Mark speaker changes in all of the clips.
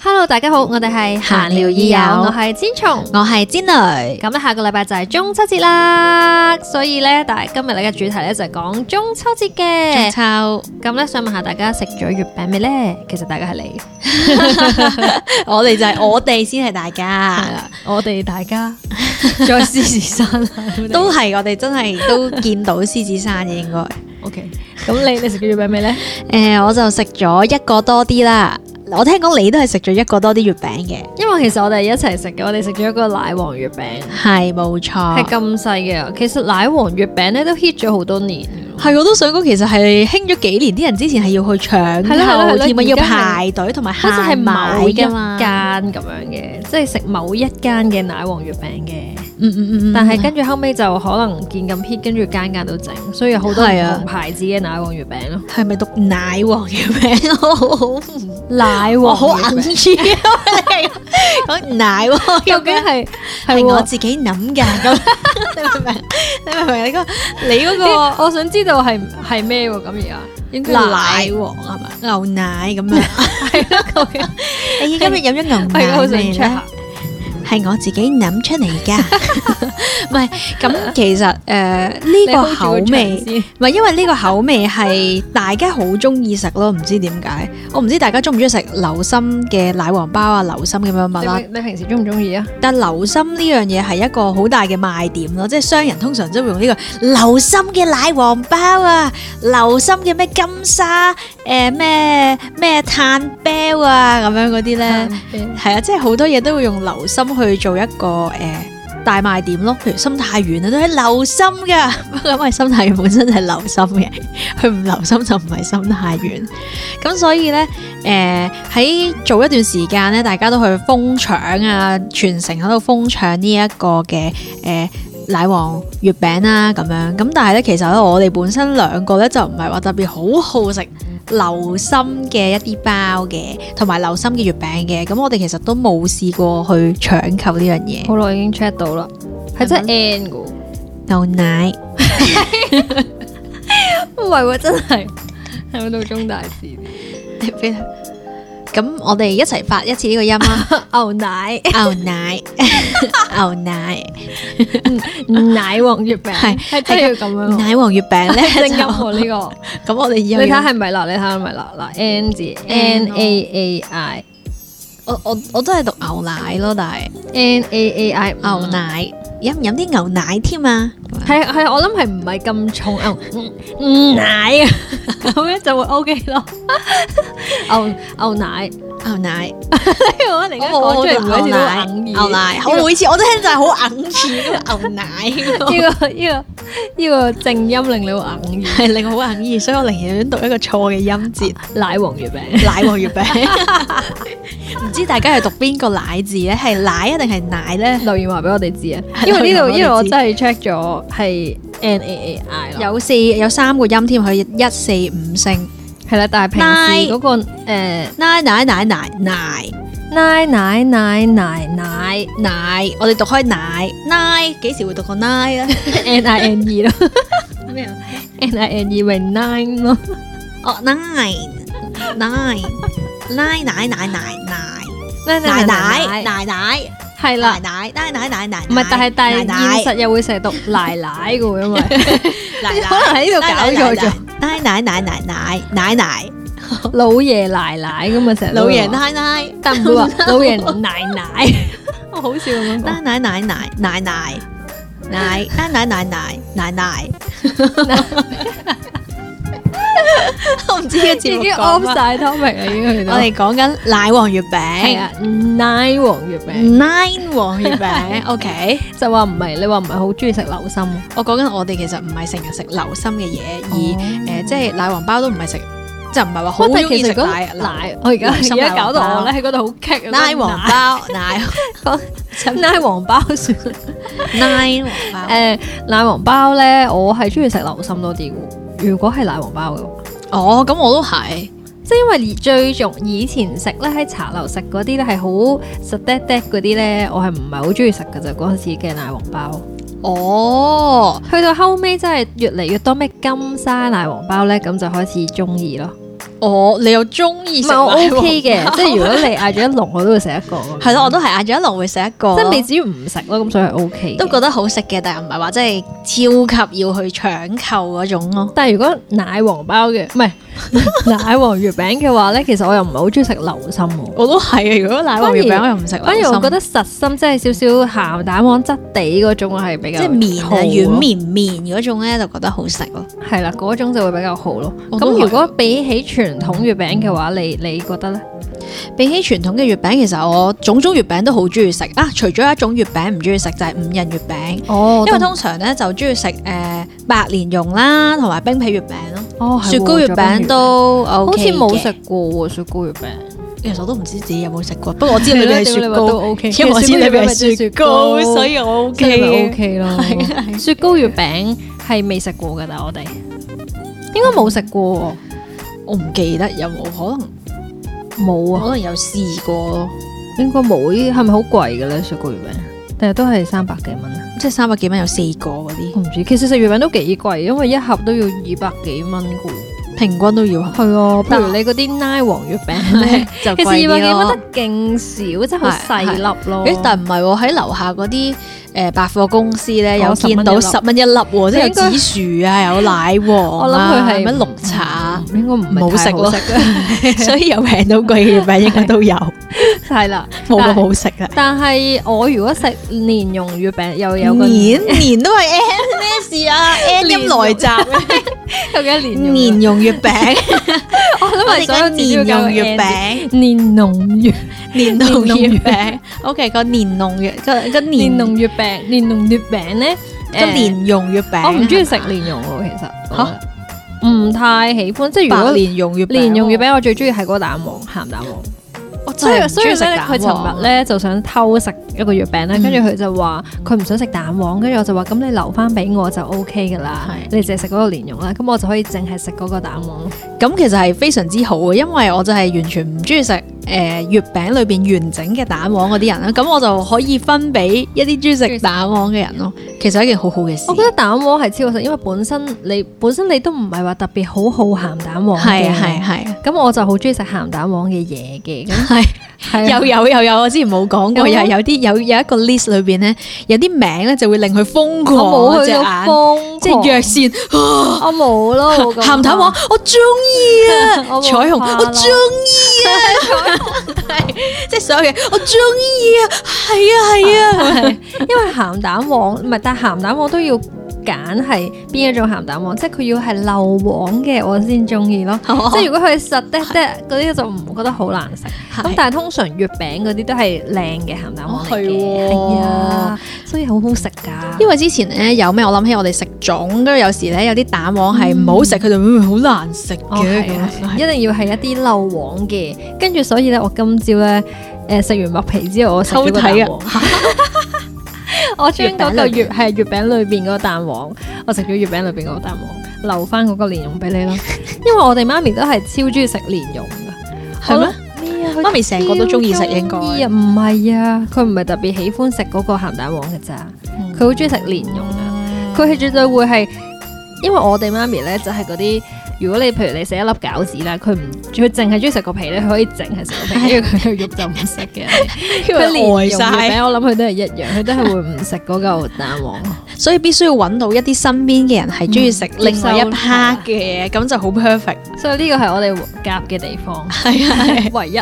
Speaker 1: Hello，大家好，我哋係
Speaker 2: 閒聊已有
Speaker 1: 我係煎蟲。
Speaker 2: 我係煎女，
Speaker 1: 咁咧，下個禮拜就係中秋節啦，所以咧，但係今日你嘅主題咧就係講中秋節嘅。
Speaker 2: 秋，
Speaker 1: 咁咧，想問下大家食咗月餅未咧？其實大家係你，
Speaker 2: 我哋就係我哋先係大
Speaker 1: 係
Speaker 2: 家，
Speaker 1: 啦，啊我哋大 家再獅子山啊
Speaker 2: 都係我哋真係都見到獅子山嘅應該。
Speaker 1: OK。咁你你食咗月餅未咧？
Speaker 2: 诶、我就食咗一個多啲啦。我聽講你都係食咗一個多啲月餅嘅，
Speaker 1: 因為其實我哋一齊食嘅，我哋食咗一個奶黃月餅，
Speaker 2: 係冇錯
Speaker 1: 係。咁細嘅。其實奶黃月餅咧都 hit 咗好多年嘅咯。
Speaker 2: 係我都想講，其實係興咗幾年，啲人之前係要去
Speaker 1: 係
Speaker 2: 搶
Speaker 1: 啦係啦係
Speaker 2: 購
Speaker 1: 啦
Speaker 2: 添啊，
Speaker 1: 而
Speaker 2: 要
Speaker 1: 家係
Speaker 2: 排隊同埋
Speaker 1: 好似係
Speaker 2: 限買
Speaker 1: 某一間
Speaker 2: 㗎嘛。
Speaker 1: 咁樣嘅，即係食某一間嘅奶黃月餅嘅。
Speaker 2: 嗯嗯嗯嗯，
Speaker 1: 但係跟住後尾就可能見咁 hit，跟住間間都整，所以有好多唔
Speaker 2: 係啊
Speaker 1: 同牌子嘅奶黃月餅咯。
Speaker 2: 係咪讀奶黃月餅？我好唔
Speaker 1: 奶
Speaker 2: 我
Speaker 1: 黃
Speaker 2: 好
Speaker 1: 月 餅
Speaker 2: 揞住啊！講奶黃月
Speaker 1: 究竟
Speaker 2: 餅。
Speaker 1: 係
Speaker 2: 係
Speaker 1: 係
Speaker 2: 我
Speaker 1: 我
Speaker 2: 自己諗㗎，咁你明唔明？你明唔明？你個你嗰個
Speaker 1: 啲我想知道係係咩喎？咁而家應該係
Speaker 2: 奶黃係咪？牛奶咁樣，
Speaker 1: 係咯，究竟
Speaker 2: 你今日飲咗
Speaker 1: 我而
Speaker 2: 牛
Speaker 1: 家
Speaker 2: 奶
Speaker 1: 好想
Speaker 2: 未
Speaker 1: check
Speaker 2: 咧
Speaker 1: 下？。
Speaker 2: 係我自己諗出嚟 㗎，唔係咁其實誒呢、個口味。
Speaker 1: 你 hold 住個場先
Speaker 2: 唔係因為呢個口味係大家好中意食咯，唔知點解。我唔知大家中唔中意食流心嘅奶黃包啊、流心咁樣物
Speaker 1: 你
Speaker 2: 啦。
Speaker 1: 平你平時中唔中意啊？
Speaker 2: 但流心呢樣嘢係一個好大嘅賣點咯，即係商人通常都會用呢、個流心嘅奶黃包啊，流心嘅咩金沙誒咩咩炭啤啊咁樣嗰啲咧，係啊，即係好多嘢都會用流心去做一個誒。大賣點咯，譬如心太軟啊，都係流心㗎。不 過因為心太軟本身就係流心嘅，佢唔流心就唔係心太軟。咁所以呢，誒、喺做一段時間呢，大家都去瘋搶啊，全城喺度瘋搶呢一個嘅誒、奶黃月餅啦、咁樣。咁但係呢，其實咧我哋本身兩個呢，就唔係話特別好好食流心嘅一啲包嘅，同埋流心嘅月餅嘅。咁我哋其實都冇試過去搶購呢樣嘢。
Speaker 1: 好耐已經 check 到啦，係真係 N 嘅喎。
Speaker 2: 牛奶
Speaker 1: 唔係喎，真係係咪到中大事？
Speaker 2: 咁我哋一齊發一次呢個音啦，
Speaker 1: 牛奶
Speaker 2: 牛奶， 牛奶，
Speaker 1: 奶黃月餅
Speaker 2: 係
Speaker 1: 係真係要咁樣喎。
Speaker 2: 奶黃月餅 呢，
Speaker 1: 正音
Speaker 2: 就
Speaker 1: 喎呢個。
Speaker 2: 咁我哋以後
Speaker 1: 你睇
Speaker 2: 要
Speaker 1: 下係咪啦？你睇下係咪啦？嗱，N 字
Speaker 2: N
Speaker 1: N A A I
Speaker 2: 我我我都係讀牛奶咯，但係
Speaker 1: N A A I Ừ.
Speaker 2: 牛奶飲唔飲啲牛奶添啊？
Speaker 1: 係係，我諗係唔係咁重牛嗯嗯奶 啊？咁咧就會 O K 咯。牛牛奶，
Speaker 2: 牛奶，
Speaker 1: 因為我嚟緊講出嚟每一次都好硬
Speaker 2: 牛奶，
Speaker 1: 呢
Speaker 2: 我，Oh 每次我都聽就係好硬住嗰個牛奶，
Speaker 1: 個呢個呢個呢個正音令你好硬耳。
Speaker 2: 係令我好硬意，所以我寧願讀一個錯嘅音 節，
Speaker 1: 奶黃月餅，
Speaker 2: 奶黃月餅。 唔知大家係讀邊個奶字咧？係奶啊定係奶咧？
Speaker 1: 留言話俾我哋知啊！ 因
Speaker 2: 留言
Speaker 1: 為呢度
Speaker 2: 話俾我哋知
Speaker 1: 呢度我真係 check 咗係 N A A I 咯，
Speaker 2: 有四有三個音添，佢一四五聲。
Speaker 1: 係啦，但係平時嗰個誒。
Speaker 2: 奶奶奶奶奶
Speaker 1: 奶奶奶奶奶
Speaker 2: 奶，我哋讀開奶奶，幾時會讀個奶咧？
Speaker 1: N I N E 咯
Speaker 2: 咩啊？
Speaker 1: ，N I N E 咪 nine 咯，
Speaker 2: 哦，nine nine nine 奶奶奶奶
Speaker 1: 奶
Speaker 2: 奶奶奶奶奶
Speaker 1: 係啦
Speaker 2: 奶，奶奶奶奶奶，
Speaker 1: 唔係但係但係
Speaker 2: 奶
Speaker 1: 現實又會成日讀奶奶嘅 喎，因為
Speaker 2: 奶奶
Speaker 1: 可能喺呢度搞錯咗，
Speaker 2: 奶奶奶奶奶奶奶
Speaker 1: 老爺奶奶咁啊成日都
Speaker 2: 老
Speaker 1: 會話
Speaker 2: 爺，奶奶
Speaker 1: 但唔 會話老爺奶奶，我 好笑咁樣講
Speaker 2: 奶奶奶奶奶奶奶奶奶奶奶奶奶，我唔知呢個
Speaker 1: 已
Speaker 2: 節目
Speaker 1: 經
Speaker 2: 講
Speaker 1: off
Speaker 2: 乜，
Speaker 1: 晒 topic 啦，已經去到
Speaker 2: 我哋講緊奶黃月
Speaker 1: 係
Speaker 2: 餅。
Speaker 1: 啊，奶黃月餅
Speaker 2: Nine 黃月餅，OK。
Speaker 1: 就話唔係，你話唔係好中意食流心啊，
Speaker 2: 我講緊我哋其實唔係成日食流心嘅嘢，而誒、
Speaker 1: 而
Speaker 2: 即係奶黃包都唔係食，就唔係哦話好
Speaker 1: 喂
Speaker 2: 中
Speaker 1: 但係
Speaker 2: 意
Speaker 1: 其
Speaker 2: 食
Speaker 1: 實嗰
Speaker 2: 奶啊
Speaker 1: 奶，我而家
Speaker 2: 流
Speaker 1: 而
Speaker 2: 心
Speaker 1: 家搞
Speaker 2: 奶
Speaker 1: 到
Speaker 2: 黃
Speaker 1: 我咧喺嗰度好棘啊
Speaker 2: 奶黃包奶
Speaker 1: 奶黃包 算啦。
Speaker 2: 奶黃包。
Speaker 1: 誒奶黃包咧，我係中意食流心多啲嘅。如果係奶黃包嘅話，
Speaker 2: 哦，咁我都係，
Speaker 1: 即係因為最重以前食咧喺茶樓食嗰啲咧係好實嗲嗲嗰啲咧，我係唔係好中意食嘅就嗰陣時嘅奶黃包。
Speaker 2: 哦，
Speaker 1: 去到後尾真係越嚟越多咩金沙奶黃包咧，咁就開始中意咯。
Speaker 2: 我你又中意
Speaker 1: 唔
Speaker 2: 食
Speaker 1: 係我
Speaker 2: 奶
Speaker 1: OK
Speaker 2: 黃包
Speaker 1: 嘅，即係如果你嗌咗一籠，我都會食一個咁樣。
Speaker 2: 係咯，我都係嗌咗一籠會食一個
Speaker 1: 即係
Speaker 2: 咯，
Speaker 1: 未至於唔食咯，咁所以係 OK 嘅。
Speaker 2: 都覺得好食嘅，但係唔係話真係超級要去搶購嗰種咯。
Speaker 1: 但係如果奶黃包嘅，唔係 奶黃月餅嘅話咧，其實我又唔係好中意食流心喎。
Speaker 2: 我都係啊！如果奶
Speaker 1: 黃月餅我
Speaker 2: 又唔食
Speaker 1: 反而我覺得實心即係少少鹹蛋黃質地嗰種，我係比
Speaker 2: 即
Speaker 1: 較
Speaker 2: 係綿啊
Speaker 1: 好咯
Speaker 2: 軟綿綿嗰種咧，就覺得好食咯。
Speaker 1: 係啦，嗰種就會比較好咯。
Speaker 2: 我都
Speaker 1: 咁
Speaker 2: 係
Speaker 1: 如果比起傳統月餅嘅話，你你覺得咧？
Speaker 2: 比起傳統嘅月餅，其實我種種月餅都好中意食啊！除咗有一種月餅唔中意食就係五仁月餅，
Speaker 1: 哦
Speaker 2: 因為通常咧就中意食誒白蓮蓉啦，同埋冰皮月餅咯。
Speaker 1: 哦
Speaker 2: 雪糕月餅都
Speaker 1: 好
Speaker 2: O
Speaker 1: 似
Speaker 2: K
Speaker 1: 冇食，過喎雪糕月餅。
Speaker 2: 其實我都唔知自己有冇食過，不過我知
Speaker 1: 你
Speaker 2: 你哋係雪
Speaker 1: 都
Speaker 2: 糕，
Speaker 1: OK，
Speaker 2: 因為我知你哋
Speaker 1: 咪
Speaker 2: 係雪糕，所以我 O
Speaker 1: 咪
Speaker 2: K 嘅。
Speaker 1: OK 咯。啊雪糕月餅係未食過㗎，但係我哋應該冇食過
Speaker 2: 我唔記得有冇，可能
Speaker 1: 喎，冇啊，
Speaker 2: 可能有試過咯，
Speaker 1: 應該冇。咦係咪好貴嘅咧？雪糕月餅，但係都係三百幾蚊啊？
Speaker 2: 即係三百幾蚊有四個嗰啲，
Speaker 1: 我唔知，其實食月餅都幾貴，因為一盒都要二百幾蚊㗎喎。
Speaker 2: 平均都要
Speaker 1: 係啊，譬如你嗰啲奶黃月餅咧，
Speaker 2: 就
Speaker 1: 其實
Speaker 2: 貴
Speaker 1: 二百
Speaker 2: 啲
Speaker 1: 幾
Speaker 2: 咯
Speaker 1: 蚊。得勁少，即係好細粒咯。
Speaker 2: 誒，但唔係喎，喺樓下嗰啲誒百貨公司咧，
Speaker 1: 哦
Speaker 2: 有見到
Speaker 1: 10
Speaker 2: 十蚊一粒喎，即係有
Speaker 1: 應該
Speaker 2: 紫薯啊，有奶黃啊，
Speaker 1: 我諗佢係
Speaker 2: 乜綠茶啊，
Speaker 1: 嗯應該唔係太好食啊
Speaker 2: 所以有平到貴嘅月餅應該都有，
Speaker 1: 係啦。
Speaker 2: 冇咁好食啦。
Speaker 1: 但係我如果食蓮蓉月餅，又有個
Speaker 2: 年年都係 N 咩事啊？N 音來襲，
Speaker 1: 有幾多蓮蓉月餅？
Speaker 2: 蓮蓉月餅，
Speaker 1: 我
Speaker 2: 我
Speaker 1: 諗
Speaker 2: 哋
Speaker 1: 係所有
Speaker 2: 講
Speaker 1: 字都
Speaker 2: 蓮
Speaker 1: 加個
Speaker 2: 蓉月
Speaker 1: N 字。
Speaker 2: 餅，
Speaker 1: 蓮蓉月
Speaker 2: 蓮蓉
Speaker 1: 蓮蓉
Speaker 2: 月
Speaker 1: 月
Speaker 2: 餅，OK 個蓮蓉月個個
Speaker 1: 蓮
Speaker 2: 蓮
Speaker 1: 蓉月餅，蓮蓉月餅咧，
Speaker 2: 個
Speaker 1: 誒
Speaker 2: 蓮蓉月餅，
Speaker 1: 我唔中意食蓮蓉喎，其實
Speaker 2: 嚇
Speaker 1: 我覺得唔太喜歡。即係
Speaker 2: 白
Speaker 1: 如果
Speaker 2: 蓮蓉月餅，
Speaker 1: 蓮蓉月餅，我最中意係嗰個蛋黃鹹蛋黃。
Speaker 2: 我真
Speaker 1: 所以
Speaker 2: 係唔
Speaker 1: 所
Speaker 2: 中
Speaker 1: 以
Speaker 2: 意食
Speaker 1: 咧，
Speaker 2: 蛋
Speaker 1: 佢尋
Speaker 2: 黃
Speaker 1: 日。咧就想偷食一個月餅咧，
Speaker 2: 嗯
Speaker 1: 跟住佢就話佢唔想食蛋黃，跟住我就話咁你留翻俾我就 O K 噶啦
Speaker 2: 係，
Speaker 1: 你淨係食嗰個蓮蓉啦，咁我就可以淨係食嗰個蛋黃咯。
Speaker 2: 咁其實係非常之好嘅，因為我就係完全唔中意食誒月餅裏邊完整嘅蛋黃嗰啲人啦，咁我就可以分俾一啲中意食蛋黃嘅人咯。其實係一件好好嘅事
Speaker 1: 我，覺得蛋黃係超好食，因為本身你本身你都唔係話特別好好鹹蛋黃
Speaker 2: 係啊係
Speaker 1: 嘅，
Speaker 2: 啊
Speaker 1: 咁我就好中意食鹹蛋黃嘅嘢嘅，咁
Speaker 2: 係啊，
Speaker 1: 係啊
Speaker 2: 又 有又有，我之前冇講過，
Speaker 1: 有啊冇
Speaker 2: 又有啲有有一個 list 裏邊咧，有啲名咧就會令佢
Speaker 1: 我
Speaker 2: 瘋狂啊
Speaker 1: 冇
Speaker 2: 隻
Speaker 1: 去到
Speaker 2: 眼，
Speaker 1: 瘋
Speaker 2: 即係
Speaker 1: 狂
Speaker 2: 藥膳啊
Speaker 1: 我冇咯， 我咁
Speaker 2: 鹹蛋黃，我中意啊，
Speaker 1: 我冇
Speaker 2: 彩虹
Speaker 1: 怕
Speaker 2: 我
Speaker 1: 咯
Speaker 2: 中意 啊，係即係所有嘢我中意啊，係 啊係啊。
Speaker 1: 係因為鹹蛋黃唔係，但係鹹蛋黃都要揀係邊一種鹹蛋黃，即係佢要係漏黃嘅我先中意咯。即係如果佢實得得嗰啲，就唔覺得好難食。咁
Speaker 2: 哦係
Speaker 1: 但係通常月餅嗰啲都係靚嘅鹹蛋黃嚟嘅，
Speaker 2: 哦係喎
Speaker 1: 係啊，所以好好食㗎。
Speaker 2: 因為之前咧有咩，我諗起我哋食粽，跟住有時咧有啲蛋黃係唔好食，佢就嗯好難食
Speaker 1: 哦，係係係
Speaker 2: 嘅咁。
Speaker 1: 一定要係一啲漏黃嘅，跟住所以咧，我今朝咧，誒、食完麥皮之後，我食咗個蛋
Speaker 2: 偷
Speaker 1: 黃， 我將嗰個月係月餅裏邊嗰個蛋黃，我食咗月餅裏邊嗰個蛋黃，留翻嗰個蓮蓉俾你啦，因為我哋媽咪都係超中意食蓮蓉噶，
Speaker 2: 係咩？
Speaker 1: 咩啊？
Speaker 2: 媽咪成個都中意食應該
Speaker 1: 超鍾意啊唔係啊，佢唔係特別喜歡食嗰個鹹蛋黃嘅咋，佢好中意食蓮蓉啊。佢係絕對會係，因為我哋媽咪咧就係嗰啲，如果你譬如你食一粒餃子啦，佢唔佢淨係中意食個皮咧，佢可以淨係食個皮，因為佢嘅肉就唔食嘅。 佢連
Speaker 2: 佢
Speaker 1: 蓉
Speaker 2: 呆
Speaker 1: 月
Speaker 2: 晒，
Speaker 1: 餅我諗佢都係一樣，佢都係會唔食嗰嚿蛋 黃。
Speaker 2: 所以必須要揾到一啲身邊嘅人係中意食
Speaker 1: 嗯
Speaker 2: 另外一
Speaker 1: 接受
Speaker 2: part 嘅嘢，咁就好 perfect。
Speaker 1: 所以呢個係我哋夾嘅地方，
Speaker 2: 係啊，
Speaker 1: 唯一。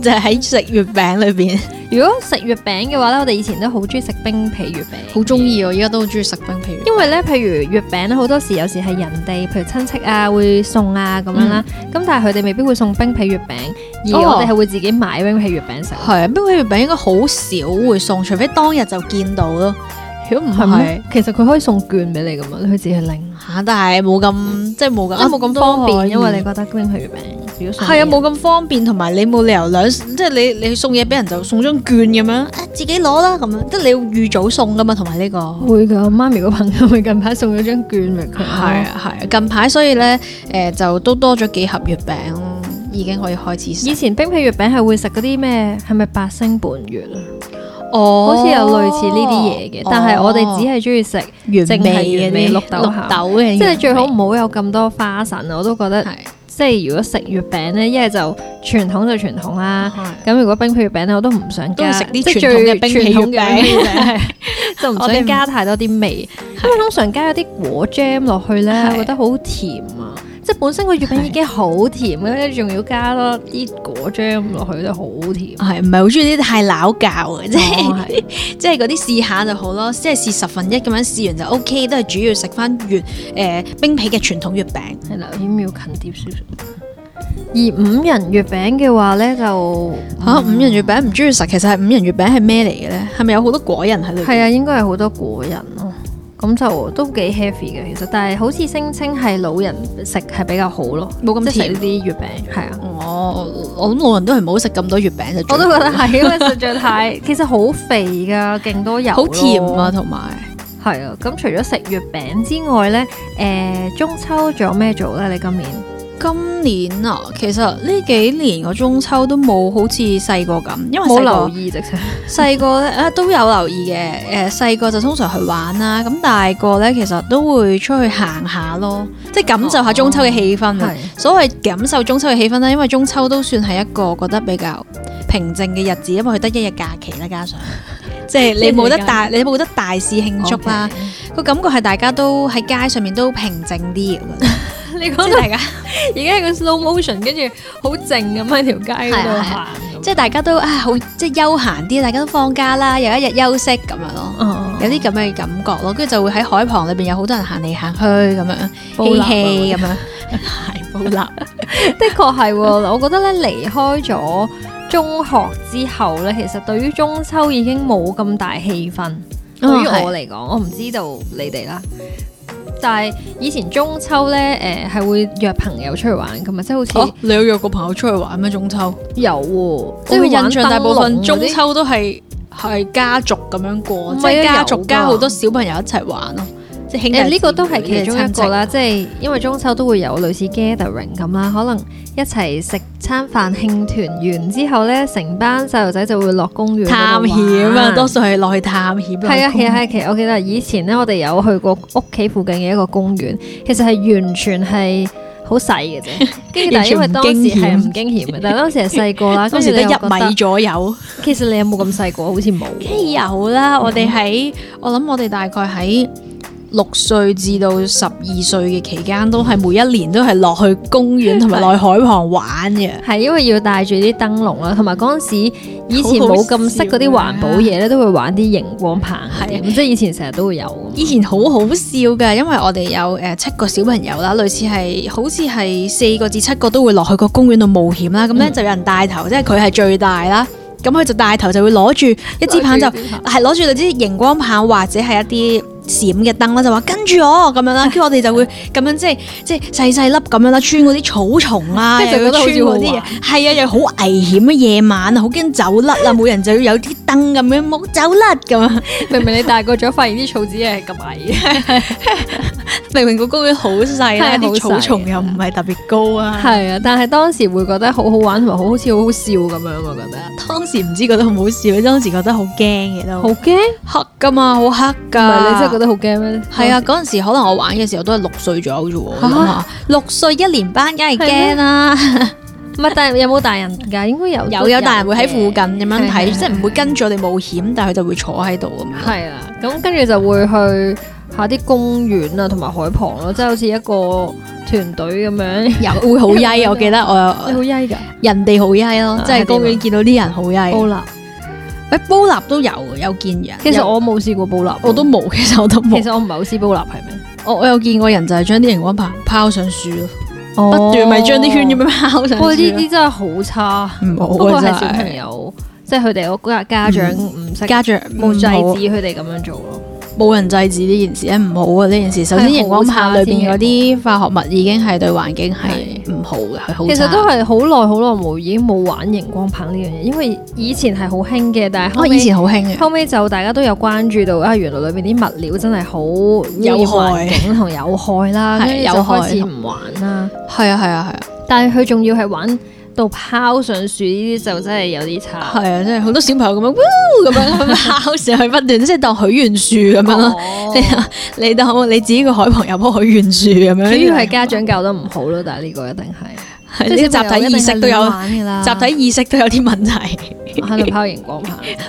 Speaker 2: 就係喺食月餅裏邊，
Speaker 1: 如果食月餅嘅話咧，我哋以前都好中意食冰皮月餅，
Speaker 2: 中意啊我，依家都好中意食冰皮月
Speaker 1: 因為咧，譬如月餅咧，好多時有時係人哋，譬如親戚啊會送啊咁樣啦，咁、但係佢哋未必會送冰皮月餅，而
Speaker 2: 哦
Speaker 1: 我哋係會自己買冰皮月餅食。
Speaker 2: 係啊，冰皮月餅應該好少會送，除非當日就見到咯。如果唔
Speaker 1: 係
Speaker 2: 係
Speaker 1: 咩？其實佢可以送券俾你噶啊嘛，你可以自己去拎，
Speaker 2: 嚇，但係冇咁即係冇咁
Speaker 1: 即係冇咁方便，因為你
Speaker 2: 你。
Speaker 1: 覺得冰皮月餅如果送
Speaker 2: 係啊，
Speaker 1: 俾人
Speaker 2: 冇咁方便，同埋你冇理由兩即係你你送嘢俾人就送張券咁樣，啊自己攞啦咁樣，即係你要預早送噶嘛，同埋呢個
Speaker 1: 會噶。媽咪個朋友咪近排送咗張券俾佢，
Speaker 2: 係啊係啊，近排所以咧誒、就都多咗幾盒月餅咯，已經可以開始
Speaker 1: 以
Speaker 2: 食。
Speaker 1: 前冰皮月餅係會食嗰啲咩？係咪八星伴月啊？
Speaker 2: 哦
Speaker 1: 好似有類似呢啲嘢嘅，但係我哋只係中意食，
Speaker 2: 係原
Speaker 1: 淨係
Speaker 2: 味
Speaker 1: 原味
Speaker 2: 嗰啲
Speaker 1: 綠豆
Speaker 2: 綠
Speaker 1: 餡
Speaker 2: 豆嘅原味，
Speaker 1: 即係最好唔好有咁多花神啊！我都覺得
Speaker 2: 係。
Speaker 1: 即係如果食月餅咧，一係就傳統就傳統啦。咁如果冰皮月餅咧，我都唔想
Speaker 2: 都要
Speaker 1: 加，
Speaker 2: 食啲
Speaker 1: 即係
Speaker 2: 傳統嘅
Speaker 1: 最
Speaker 2: 冰皮
Speaker 1: 傳統
Speaker 2: 月
Speaker 1: 嘅
Speaker 2: 餅
Speaker 1: 冰皮月餅，就唔
Speaker 2: 我哋
Speaker 1: 想
Speaker 2: 唔
Speaker 1: 加太多啲味。因為通常加咗啲果 jam 落去咧，
Speaker 2: 係
Speaker 1: 我覺得好甜啊！即係本身個月餅已經好甜咧，仲要加多啲果 jam 落去都好甜。
Speaker 2: 係唔係好中意啲太撈教嘅，即係
Speaker 1: 哦係
Speaker 2: 即係嗰啲試下就好咯，即係試十分一咁樣試完就 O K，都係主要食翻月誒、呃冰皮嘅傳統月餅。
Speaker 1: 係啦，咁要近碟少少。而五仁月餅嘅話咧，就
Speaker 2: 嚇、五仁月餅唔中意食，其實係五仁月餅係咩嚟嘅咧？係咪有好多果仁喺裏邊？
Speaker 1: 係啊，應該係好多果仁咯。咁就都幾 heavy 嘅，其實，但係好似聲稱係老人食係比較好咯，
Speaker 2: 冇咁
Speaker 1: 即係食
Speaker 2: 甜
Speaker 1: 呢啲月餅係啊。
Speaker 2: 我哦我諗老人都係唔好食咁多月餅就最好。
Speaker 1: 我都覺得係，因為 實在太其實好肥㗎，勁多油，
Speaker 2: 好甜啊，！同埋
Speaker 1: 係啊，咁除咗食月餅之外咧，誒、中秋仲有咩做咧？你今年
Speaker 2: 今年啊，其實呢幾年個中秋都冇好似細個咁，因為
Speaker 1: 冇
Speaker 2: 細個
Speaker 1: 留意直情，
Speaker 2: 細個咧啊都有留意嘅，誒細個就通常去玩啦，咁大個咧其實都會出去行下咯，即係感受下中秋嘅氣氛
Speaker 1: 哦
Speaker 2: 啊。
Speaker 1: 係
Speaker 2: 所謂感受中秋嘅氣氛咧，因為中秋都算係一個覺得比較平靜嘅日子，因為佢得一日假期啦，加上即係你冇得大你冇得大肆
Speaker 1: 哦
Speaker 2: 慶祝啦，。 個感覺係大家都喺街上面都平靜啲嘅，
Speaker 1: 你
Speaker 2: 即
Speaker 1: 講
Speaker 2: 係
Speaker 1: 到
Speaker 2: 大家
Speaker 1: 而家係個 slow motion，跟住好靜咁喺條街嗰度
Speaker 2: 係啊係
Speaker 1: 行
Speaker 2: 啊
Speaker 1: 咁，
Speaker 2: 即係大家都啊好即係休閒啲，大家都放假啦，有一日休息咁樣咯。
Speaker 1: 哦
Speaker 2: 有啲咁嘅感覺咯，跟住就會喺海旁裏邊有好多人行嚟行去咁樣，嬉
Speaker 1: 啊
Speaker 2: 戲咁樣，係布 立。
Speaker 1: 的確係喎，我覺得咧離開咗中學之後咧，其實對於中秋已經冇咁大氣氛。
Speaker 2: 哦
Speaker 1: 對於我嚟講，我唔知道你哋啦。但係以前中秋咧，誒、係會約朋友出去玩噶嘛，即係好似、
Speaker 2: 哦，你有約過朋友出去玩咩？中秋，
Speaker 1: 有喎，
Speaker 2: 我
Speaker 1: 即係
Speaker 2: 嘅印象大部分中
Speaker 1: 秋
Speaker 2: 秋都係係家族咁樣過，
Speaker 1: 唔係啊
Speaker 2: 即係家
Speaker 1: 有
Speaker 2: 族
Speaker 1: 㗎
Speaker 2: 加好多小朋友一齊玩咯，即係兄弟姊
Speaker 1: 誒
Speaker 2: 妹。
Speaker 1: 呢個都係其中一個啦，即
Speaker 2: 即
Speaker 1: 係因為中秋都會有類似 gathering 咁啦，可能一齊食餐飯慶團完之後咧，成班細路仔就會落公園
Speaker 2: 係探險啊，多
Speaker 1: 都
Speaker 2: 數係落去探險。
Speaker 1: 係啊，
Speaker 2: 落去
Speaker 1: 其實係其實我記得以前咧，我哋有去過屋企附近嘅一個公園，其實係完全係好細嘅啫， 跟住但係因為當時係唔驚險嘅，但係 當時係細個啦，
Speaker 2: 當
Speaker 1: 跟
Speaker 2: 時
Speaker 1: 住
Speaker 2: 得
Speaker 1: 你又覺
Speaker 2: 一米左右。嗯
Speaker 1: 得其實你有冇咁細個？好似冇喎，啊
Speaker 2: 梗係有啦，我哋喺我諗我哋大概喺六歲至到十二歲嘅期間，都係每一年都係落去公園同埋落去海旁玩嘅。
Speaker 1: 係啊因為要帶住啲燈籠啦，同埋嗰陣時以前冇咁識嗰啲環保嘢咧，都會玩啲熒光棒嗰啲，即係以前成日都會有㗎嘛。
Speaker 2: 以前好好笑噶，因為我哋有誒、呃七個小朋友啦，類似係好似係四個至七個都會落去個公園度冒險啦。咁咧、就有人帶頭，即係佢係最大啦。咁佢就帶頭就會攞住一支棒就係攞住嗰支熒光棒或者係一啲閃嘅燈啦，就話跟住我咁樣 啦，跟住我哋就會咁樣即係即係細細粒咁樣啦，穿嗰啲草叢 啦，
Speaker 1: 即係就覺得好似
Speaker 2: 又要穿嗰啲嘢，係啊，又好危險啊，夜晚啊，好驚走甩啊，每人就要有啲燈咁樣冇走甩咁啊 樣。
Speaker 1: 明明你大個咗，發現啲草紙係咁矮嘅，
Speaker 2: 明明個公園好細啊啦，
Speaker 1: 係好
Speaker 2: 啲草
Speaker 1: 細
Speaker 2: 叢又唔係特別高啊。
Speaker 1: 係啊，但係當時會覺得好好玩，同埋好好似好好笑咁樣，我覺得
Speaker 2: 當時唔知覺得好唔好笑，當時覺得好驚嘅都
Speaker 1: 好驚，唔
Speaker 2: 黑噶嘛，好黑
Speaker 1: 係
Speaker 2: 噶。
Speaker 1: 啊你真係覺得好驚咩？哦
Speaker 2: 係啊，嗰陣時可能我玩嘅時候都係六歲左右啫喎，我諗下六歲一年班梗係驚啦，
Speaker 1: 唔係，但係有冇大人㗎？應該有，
Speaker 2: 有有大人會喺附近
Speaker 1: 嘅。
Speaker 2: 咁樣睇，
Speaker 1: 係係
Speaker 2: 即係唔會跟住我哋冒險，但係佢就會坐喺度咁樣。
Speaker 1: 係啊啦，咁跟住就會去下啲公園啊，同埋海旁咯，即係好似一個團隊咁樣。
Speaker 2: 有會好曳，我記得
Speaker 1: 你
Speaker 2: 我
Speaker 1: 好曳㗎，
Speaker 2: 人哋好曳咯，即
Speaker 1: 係點
Speaker 2: 係
Speaker 1: 啊
Speaker 2: 公園見到啲人好
Speaker 1: 好
Speaker 2: 曳。
Speaker 1: 啦。
Speaker 2: 喂，煲蠟都有有見人，
Speaker 1: 其實
Speaker 2: 有
Speaker 1: 我冇試過煲蠟，
Speaker 2: 我都冇， 其實我都冇
Speaker 1: 其。實我唔係好知煲蠟係咩，
Speaker 2: 我我有見過人就係將啲熒光棒拋上樹咯，不
Speaker 1: 不
Speaker 2: 斷咪將啲圈咁。樣拋上樹
Speaker 1: 哦不過呢
Speaker 2: 咯。
Speaker 1: 啲真係好差，不
Speaker 2: 唔
Speaker 1: 過係
Speaker 2: 好啊！
Speaker 1: 小
Speaker 2: 真
Speaker 1: 朋
Speaker 2: 係
Speaker 1: 友，即係佢哋嗰家家長唔識
Speaker 2: 家長
Speaker 1: 冇制
Speaker 2: 止，
Speaker 1: 止佢哋咁樣做咯。
Speaker 2: 冇人制止呢件事咧，唔好啊！呢件事首先
Speaker 1: 係
Speaker 2: 熒光棒裏邊
Speaker 1: 好
Speaker 2: 嗰
Speaker 1: 差
Speaker 2: 啲化學物已經係對環境係唔好嘅，係好哦
Speaker 1: 其實都
Speaker 2: 係
Speaker 1: 係好耐好耐冇已經冇玩熒光棒呢樣嘢，因為以前係好興嘅，但係後
Speaker 2: 我哦以
Speaker 1: 尾
Speaker 2: 前好興嘅，
Speaker 1: 後尾就大家都有關注到啊，原來裏邊啲物料真係好
Speaker 2: 有害
Speaker 1: 環境同有害啦，
Speaker 2: 係
Speaker 1: 跟住就
Speaker 2: 有害
Speaker 1: 開始唔玩啦。
Speaker 2: 係啊係啊係
Speaker 1: 但係佢仲要係玩到拋上樹呢啲，就真係有啲差。
Speaker 2: 啊係啊！即係好多小朋友咁樣，哇咁樣拋上去不斷，即係當許願樹咁樣咯。
Speaker 1: 哦
Speaker 2: 你 你當你自己個海旁有棵許願樹咁樣，
Speaker 1: 主要係家長教得唔好咯，但係呢個一定係
Speaker 2: 哎係呢個集體意識都有，集體意識都有啲問啊題。
Speaker 1: 我喺度拋熒光棒。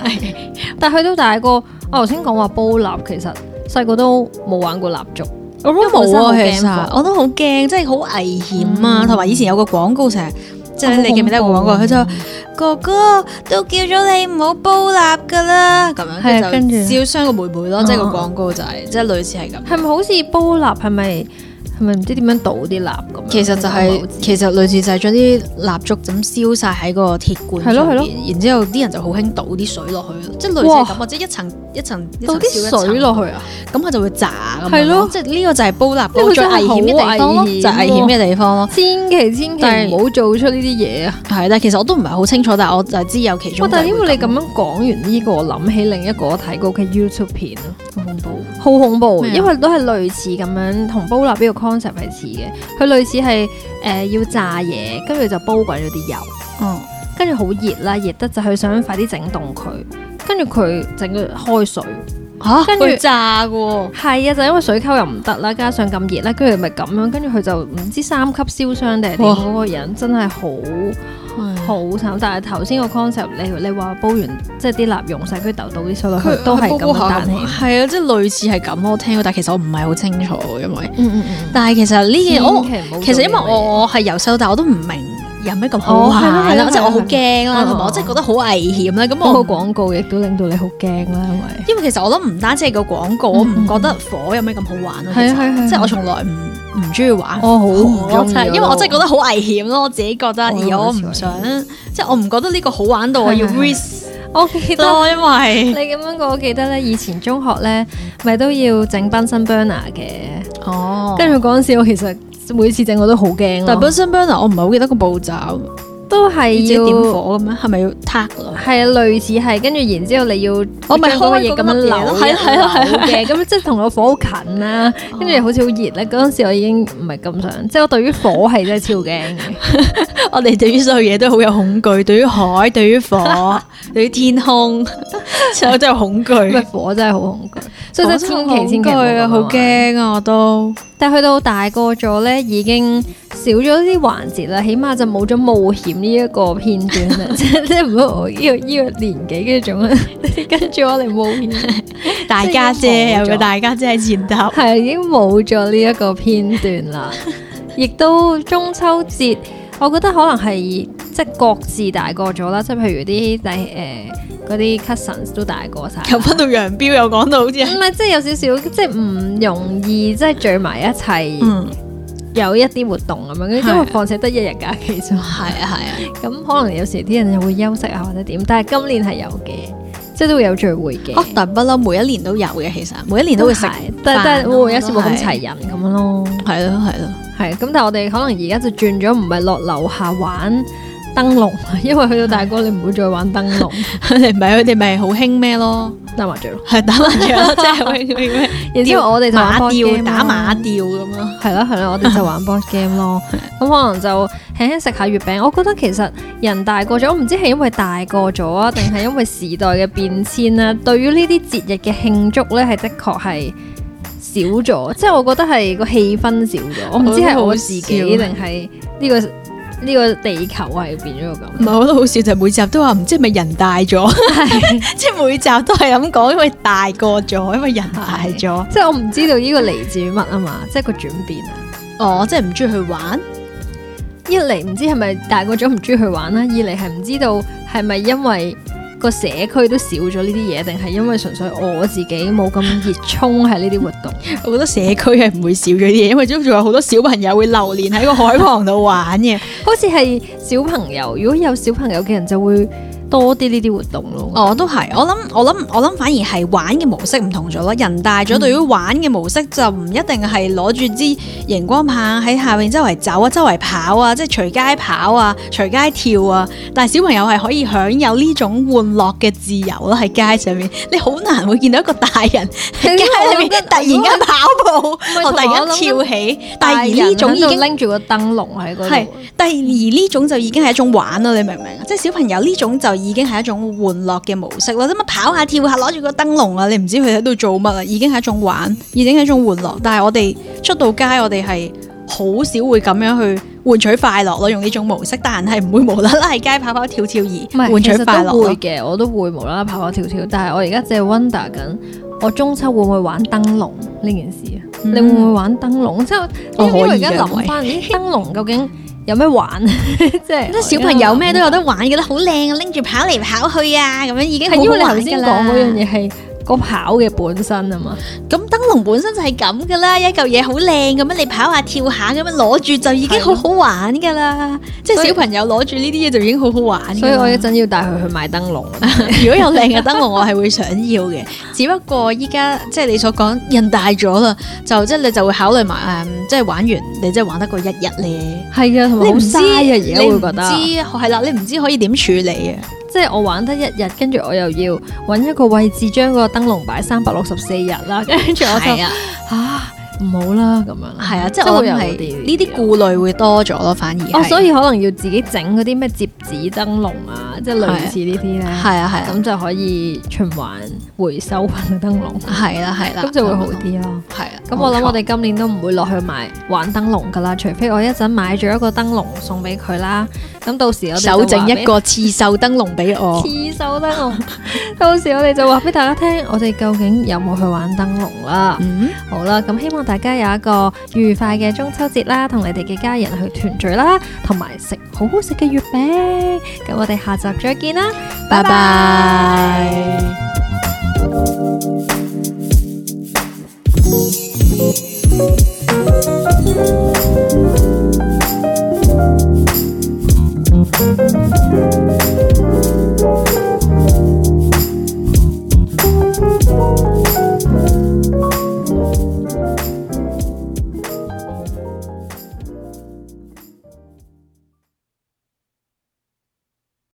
Speaker 1: 但係去到大個，我頭先講話煲蠟，其實細個都冇玩過蠟燭。
Speaker 2: 我都
Speaker 1: 本
Speaker 2: 冇
Speaker 1: 身好
Speaker 2: 啊，
Speaker 1: 驚
Speaker 2: 其實
Speaker 1: 火
Speaker 2: 我都好驚，真係好危險啊！
Speaker 1: 嗯
Speaker 2: 同埋以前有個廣告成日，即係你記唔記得個廣告？佢就話哥哥都叫咗你唔好煲蠟噶啦，咁樣
Speaker 1: 係啊
Speaker 2: 跟住哦
Speaker 1: 跟住
Speaker 2: 就照傷個妹妹咯，即係個
Speaker 1: 嗯嗯
Speaker 2: 廣告就係即係類似係咁。
Speaker 1: 係咪好似煲蠟？係咪係咪唔知點樣倒啲蠟咁樣？
Speaker 2: 其實就係、其實類似就係將啲蠟燭咁燒晒喺個鐵罐
Speaker 1: 係咯
Speaker 2: 上
Speaker 1: 係咯
Speaker 2: 邊，然之後啲人就好興倒啲水落去咯，即係類似
Speaker 1: 哇
Speaker 2: 係咁，或者一層一層一
Speaker 1: 倒
Speaker 2: 層燒一
Speaker 1: 啲
Speaker 2: 層
Speaker 1: 水，落去啊！
Speaker 2: 咁佢就會炸咁樣
Speaker 1: 係咯
Speaker 2: 即係呢個就係煲蠟嗰
Speaker 1: 個
Speaker 2: 個最
Speaker 1: 真係
Speaker 2: 危險嘅地方
Speaker 1: 好
Speaker 2: 咯，
Speaker 1: 危險
Speaker 2: 就係危險啊嘅地方咯。
Speaker 1: 千祈千
Speaker 2: 但
Speaker 1: 祈
Speaker 2: 係
Speaker 1: 唔好做出呢啲嘢啊！
Speaker 2: 係，但係其實我都唔係好清楚，但係我就係知有其
Speaker 1: 哇！
Speaker 2: 中。
Speaker 1: 但係因為你咁樣講完呢個，我諗起另一個我睇過嘅 YouTube 片啊。
Speaker 2: 好恐怖，
Speaker 1: 好恐怖，
Speaker 2: 咩啊
Speaker 1: 因為都係類似咁樣，同煲蠟呢個 concept 係似嘅。佢類似係誒、呃要炸嘢，跟住就煲滾咗啲油，
Speaker 2: 嗯，
Speaker 1: 跟住好熱啦，熱得就佢想快啲整凍佢，跟住佢整佢開水，
Speaker 2: 嚇
Speaker 1: 跟住
Speaker 2: 會炸嘅喎，
Speaker 1: 係啊，就因為水溝又唔得啦，加上咁熱啦，跟住咪咁樣，跟住佢就唔知三級燒傷定係點，
Speaker 2: 哇
Speaker 1: 嗰個人真係好好慘。但係頭先個 concept 你你話煲完即係啲蠟溶晒，跟住豆倒啲水落去，都係咁樣彈起。
Speaker 2: 係啊，即係類似係咁咯。我聽過，但係其實我唔係好清楚，因為
Speaker 1: 嗯嗯嗯，
Speaker 2: 但係其實呢件我。
Speaker 1: 我
Speaker 2: 其實因為我我係由細到大我都唔明有咩咁好
Speaker 1: 哦係咯
Speaker 2: 玩
Speaker 1: 係
Speaker 2: 啦，
Speaker 1: 咯
Speaker 2: 即係我好
Speaker 1: 係咯
Speaker 2: 驚啦，
Speaker 1: 嗯
Speaker 2: 同埋我真係覺得好危險啦。咁
Speaker 1: 嗰
Speaker 2: 我
Speaker 1: 個廣告亦都令到你好驚啦，因為
Speaker 2: 因為其實我諗唔單止係個廣告，
Speaker 1: 嗯
Speaker 2: 我唔覺得火有咩咁好玩咯。其
Speaker 1: 係啊係啊係啊
Speaker 2: 實即係我從來唔唔中意啊玩
Speaker 1: 我好唔中
Speaker 2: 火，
Speaker 1: 意啊
Speaker 2: 真
Speaker 1: 咯
Speaker 2: 係因為我真係覺得好危險咯。我自己覺得，
Speaker 1: 我都
Speaker 2: 而我
Speaker 1: 好似
Speaker 2: 唔想，即係我唔覺得呢個好玩到我要
Speaker 1: 係係係
Speaker 2: risk
Speaker 1: 我記得
Speaker 2: 咯，因為
Speaker 1: 你咁樣講，我記得咧以前中學咧，咪都要整 Bunsen burner 嘅，
Speaker 2: 哦
Speaker 1: 跟住嗰陣時我其實每次整我都好驚
Speaker 2: 但
Speaker 1: 咯，
Speaker 2: Bunsen burner 我唔係好記得個步驟，
Speaker 1: 都
Speaker 2: 要自
Speaker 1: 係
Speaker 2: 己點
Speaker 1: 要。
Speaker 2: 火咁樣，係咪要撻㗎？
Speaker 1: 係啊，類似係，跟住然之後你要
Speaker 2: 我咪
Speaker 1: 將嗰個
Speaker 2: 開
Speaker 1: 嘢
Speaker 2: 嗰
Speaker 1: 咁樣
Speaker 2: 個乜
Speaker 1: 扭，
Speaker 2: 嘢咯係啊係啊係啊哦
Speaker 1: 扭嘅，咁即係同個火好近啦，跟住好似好熱咧。嗰陣時我已經唔係咁想，即係我對於火係真係超 驚嘅。
Speaker 2: 我哋對於所有嘢都好有恐 懼，對於海，對於火， 對於天 空，所有都有恐
Speaker 1: 因為
Speaker 2: 懼。
Speaker 1: 火真係好恐懼，所以真係千祈千祈唔
Speaker 2: 啊！好
Speaker 1: 好驚。
Speaker 2: 驚啊！我都
Speaker 1: 但去到大個咗咧，已經少咗啲環節啦，起碼就冇咗冒險呢一個片段啦， 即係即係唔好我呢個呢個年紀跟住仲 跟住我嚟冒險，
Speaker 2: 大家姐
Speaker 1: 即係已經冇咗
Speaker 2: 有個大家姐喺前頭，
Speaker 1: 係已經冇咗呢一個片段 啦。亦都中秋節，我覺得可能係即係各自大個咗啦，即係譬如啲弟誒嗰啲 cousins 都大個晒啦。
Speaker 2: 又分到楊彪，又講到好似係
Speaker 1: 唔係，即係有少少，即係唔容易，即係聚埋一齊，
Speaker 2: 嗯，
Speaker 1: 有一啲活動咁樣。跟住
Speaker 2: 係
Speaker 1: 因
Speaker 2: 啊
Speaker 1: 為放且得一日假期 啫嘛，
Speaker 2: 係啊係啊，
Speaker 1: 咁可能有時啲人又會休息啊，或者點。但係今年係有嘅，即係都會有聚會嘅。
Speaker 2: 哦，但不嬲，每一年都有嘅，其實每一年都會食
Speaker 1: 係，但但
Speaker 2: 飯咯
Speaker 1: 會有時會咁
Speaker 2: 都係
Speaker 1: 齊人咁樣咯。
Speaker 2: 係咯係咯，
Speaker 1: 係咁，但係我哋可能而家就轉咗，唔係落樓下玩燈籠， 因為去到大個你唔會再玩燈 籠
Speaker 2: 佢哋咪佢哋咪好興咩咯？
Speaker 1: 打麻雀咯。
Speaker 2: 係打麻雀咯，即 係好興咩？
Speaker 1: 然之後我哋就玩
Speaker 2: 馬
Speaker 1: board
Speaker 2: 吊
Speaker 1: game
Speaker 2: 打
Speaker 1: 咯
Speaker 2: 馬吊咁咯，
Speaker 1: 係啦係啦，我哋就 玩 board game 咯。咁可能就輕輕食下月餅。我覺得其實人大個咗，我唔知係因為大個咗啊，定係因為時代嘅變遷啦。對於呢啲節日嘅慶祝呢，係的確係少咗，即係我覺得係個氣氛少咗。我唔知係我自己
Speaker 2: 我都
Speaker 1: 定係呢個呢個地球係變咗個咁。
Speaker 2: 唔係，我覺得好笑就係每集都話唔知係咪人大咗， 即係每集都係咁講，因為大個咗，因為人大咗。
Speaker 1: 即係我唔知道呢個嚟自於乜啊嘛，即係個轉變啊！
Speaker 2: 哦，即係唔中意去玩，
Speaker 1: 一嚟唔知係咪大個咗唔中意去玩啦，二嚟係唔知道係咪因為個社區都少咗呢啲嘢，定係因為純粹我自己冇咁熱衷喺呢啲活 動。
Speaker 2: 我覺得社區係唔會少咗啲嘢，因為仲有好多小朋友會流連喺個海旁度玩嘅。
Speaker 1: 好似係小朋友，如果有小朋友嘅人就會多啲呢啲活動咯。
Speaker 2: 哦，都係，我諗我諗我諗反而係玩嘅模式唔同咗咯。人大
Speaker 1: 嗯
Speaker 2: 咗，對於玩嘅模式就唔一定係攞住支熒光棒喺下面周圍走啊、周圍跑啊，即係隨街跑啊、隨街跳啊。但係小朋友係可以享有呢種玩樂嘅自由咯，喺街上面，你好難會見到一個大人喺街裏面突然間跑步，
Speaker 1: 係
Speaker 2: 或
Speaker 1: 同
Speaker 2: 突然
Speaker 1: 埋我
Speaker 2: 間
Speaker 1: 諗緊
Speaker 2: 跳起。但
Speaker 1: 大
Speaker 2: 係
Speaker 1: 人
Speaker 2: 而呢種已
Speaker 1: 喺度
Speaker 2: 經
Speaker 1: 拎住個燈籠喺嗰
Speaker 2: 係
Speaker 1: 度，
Speaker 2: 但係而呢種就已經係一種玩咯，你明唔明啊？即係小朋友呢種就已經係一種玩樂嘅模式咯，咁啊跑下跳下攞住個燈籠啊，你唔知佢喺度做乜啊，已經係一種玩，已經係一種玩樂。但係我哋出到街，我哋係好少會咁樣去換取快樂咯，用呢種模式，但係唔會無啦啦喺街跑跑跳跳而
Speaker 1: 唔係，
Speaker 2: 換
Speaker 1: 其
Speaker 2: 取
Speaker 1: 實
Speaker 2: 快樂
Speaker 1: 都會
Speaker 2: 咯。
Speaker 1: 嘅，我都會無啦啦跑跑跳跳。但係我而家只係 wonder 緊，我中秋會唔會玩燈籠呢件事啊？
Speaker 2: 嗯
Speaker 1: 你會唔會玩燈籠？即係
Speaker 2: 我
Speaker 1: 因為
Speaker 2: 可
Speaker 1: 而
Speaker 2: 以
Speaker 1: 家
Speaker 2: 嘅
Speaker 1: 諗翻，咦燈籠究竟有咩玩？ 即係
Speaker 2: 啲小朋友咩都有得玩嘅啦，好靚啊，拎住跑嚟跑去啊，咁樣已經
Speaker 1: 係
Speaker 2: 好
Speaker 1: 因
Speaker 2: 好
Speaker 1: 為你頭
Speaker 2: 玩
Speaker 1: 先
Speaker 2: 㗎
Speaker 1: 講嗰樣
Speaker 2: 啦。
Speaker 1: 嘢係個跑嘅本身啊嘛。
Speaker 2: 咁燈籠本身就係咁㗎啦，一嚿嘢好靚咁樣，你跑下跳下咁樣攞住就已經
Speaker 1: 係咯
Speaker 2: 好好玩㗎啦。即
Speaker 1: 所
Speaker 2: 係
Speaker 1: 以
Speaker 2: 小朋友攞住呢啲嘢就已經好好玩㗎啦。
Speaker 1: 所以我一陣要帶佢去買燈籠啊。
Speaker 2: 如果有靚嘅燈籠，我係會想要嘅。只不過依家即係你所講，人大咗啦，就即係你就會考慮埋誒、嗯即係玩完你即係玩得過一日咧。
Speaker 1: 係啊，同埋
Speaker 2: 你
Speaker 1: 好
Speaker 2: 唔知
Speaker 1: 嘥啊！而家
Speaker 2: 你
Speaker 1: 會
Speaker 2: 唔
Speaker 1: 覺得。
Speaker 2: 知係啦，你唔知可以點處理啊？
Speaker 1: 即係我玩得一日，跟住我又要揾一個位置將個燈籠擺三百六十四日啦，跟住我就
Speaker 2: 係啊，
Speaker 1: 啊唔好啦咁樣啦。
Speaker 2: 係啊，即
Speaker 1: 即係
Speaker 2: 係我
Speaker 1: 會有
Speaker 2: 諗係
Speaker 1: 嗰啲
Speaker 2: 呢啲顧慮會多咗咯，反而係
Speaker 1: 哦，所以可能要自己整嗰啲咩摺紙燈籠啊，即係類似呢啲咧，
Speaker 2: 係啊係啊
Speaker 1: 咁就可以循環回收翻個燈籠，
Speaker 2: 係啦係啦，
Speaker 1: 咁就會好啲咯。
Speaker 2: 係啊啦。
Speaker 1: 咁我
Speaker 2: 冇
Speaker 1: 諗
Speaker 2: 錯
Speaker 1: 我哋今年都唔會落去買玩燈籠噶啦，除非我一陣買咗一個燈籠送俾佢啦。咁到時我哋就
Speaker 2: 手整
Speaker 1: 話俾
Speaker 2: 一個刺繡燈籠俾我。
Speaker 1: 刺手燈籠，到時我哋就話俾大家聽，我哋究竟有冇去玩燈籠啦？
Speaker 2: 嗯，
Speaker 1: 好啦，咁希望大家有一個愉快嘅中秋節啦，同你哋嘅家人去團聚啦，同埋食好好食嘅月餅。咁我哋下集再見啦，拜拜。
Speaker 2: 拜拜。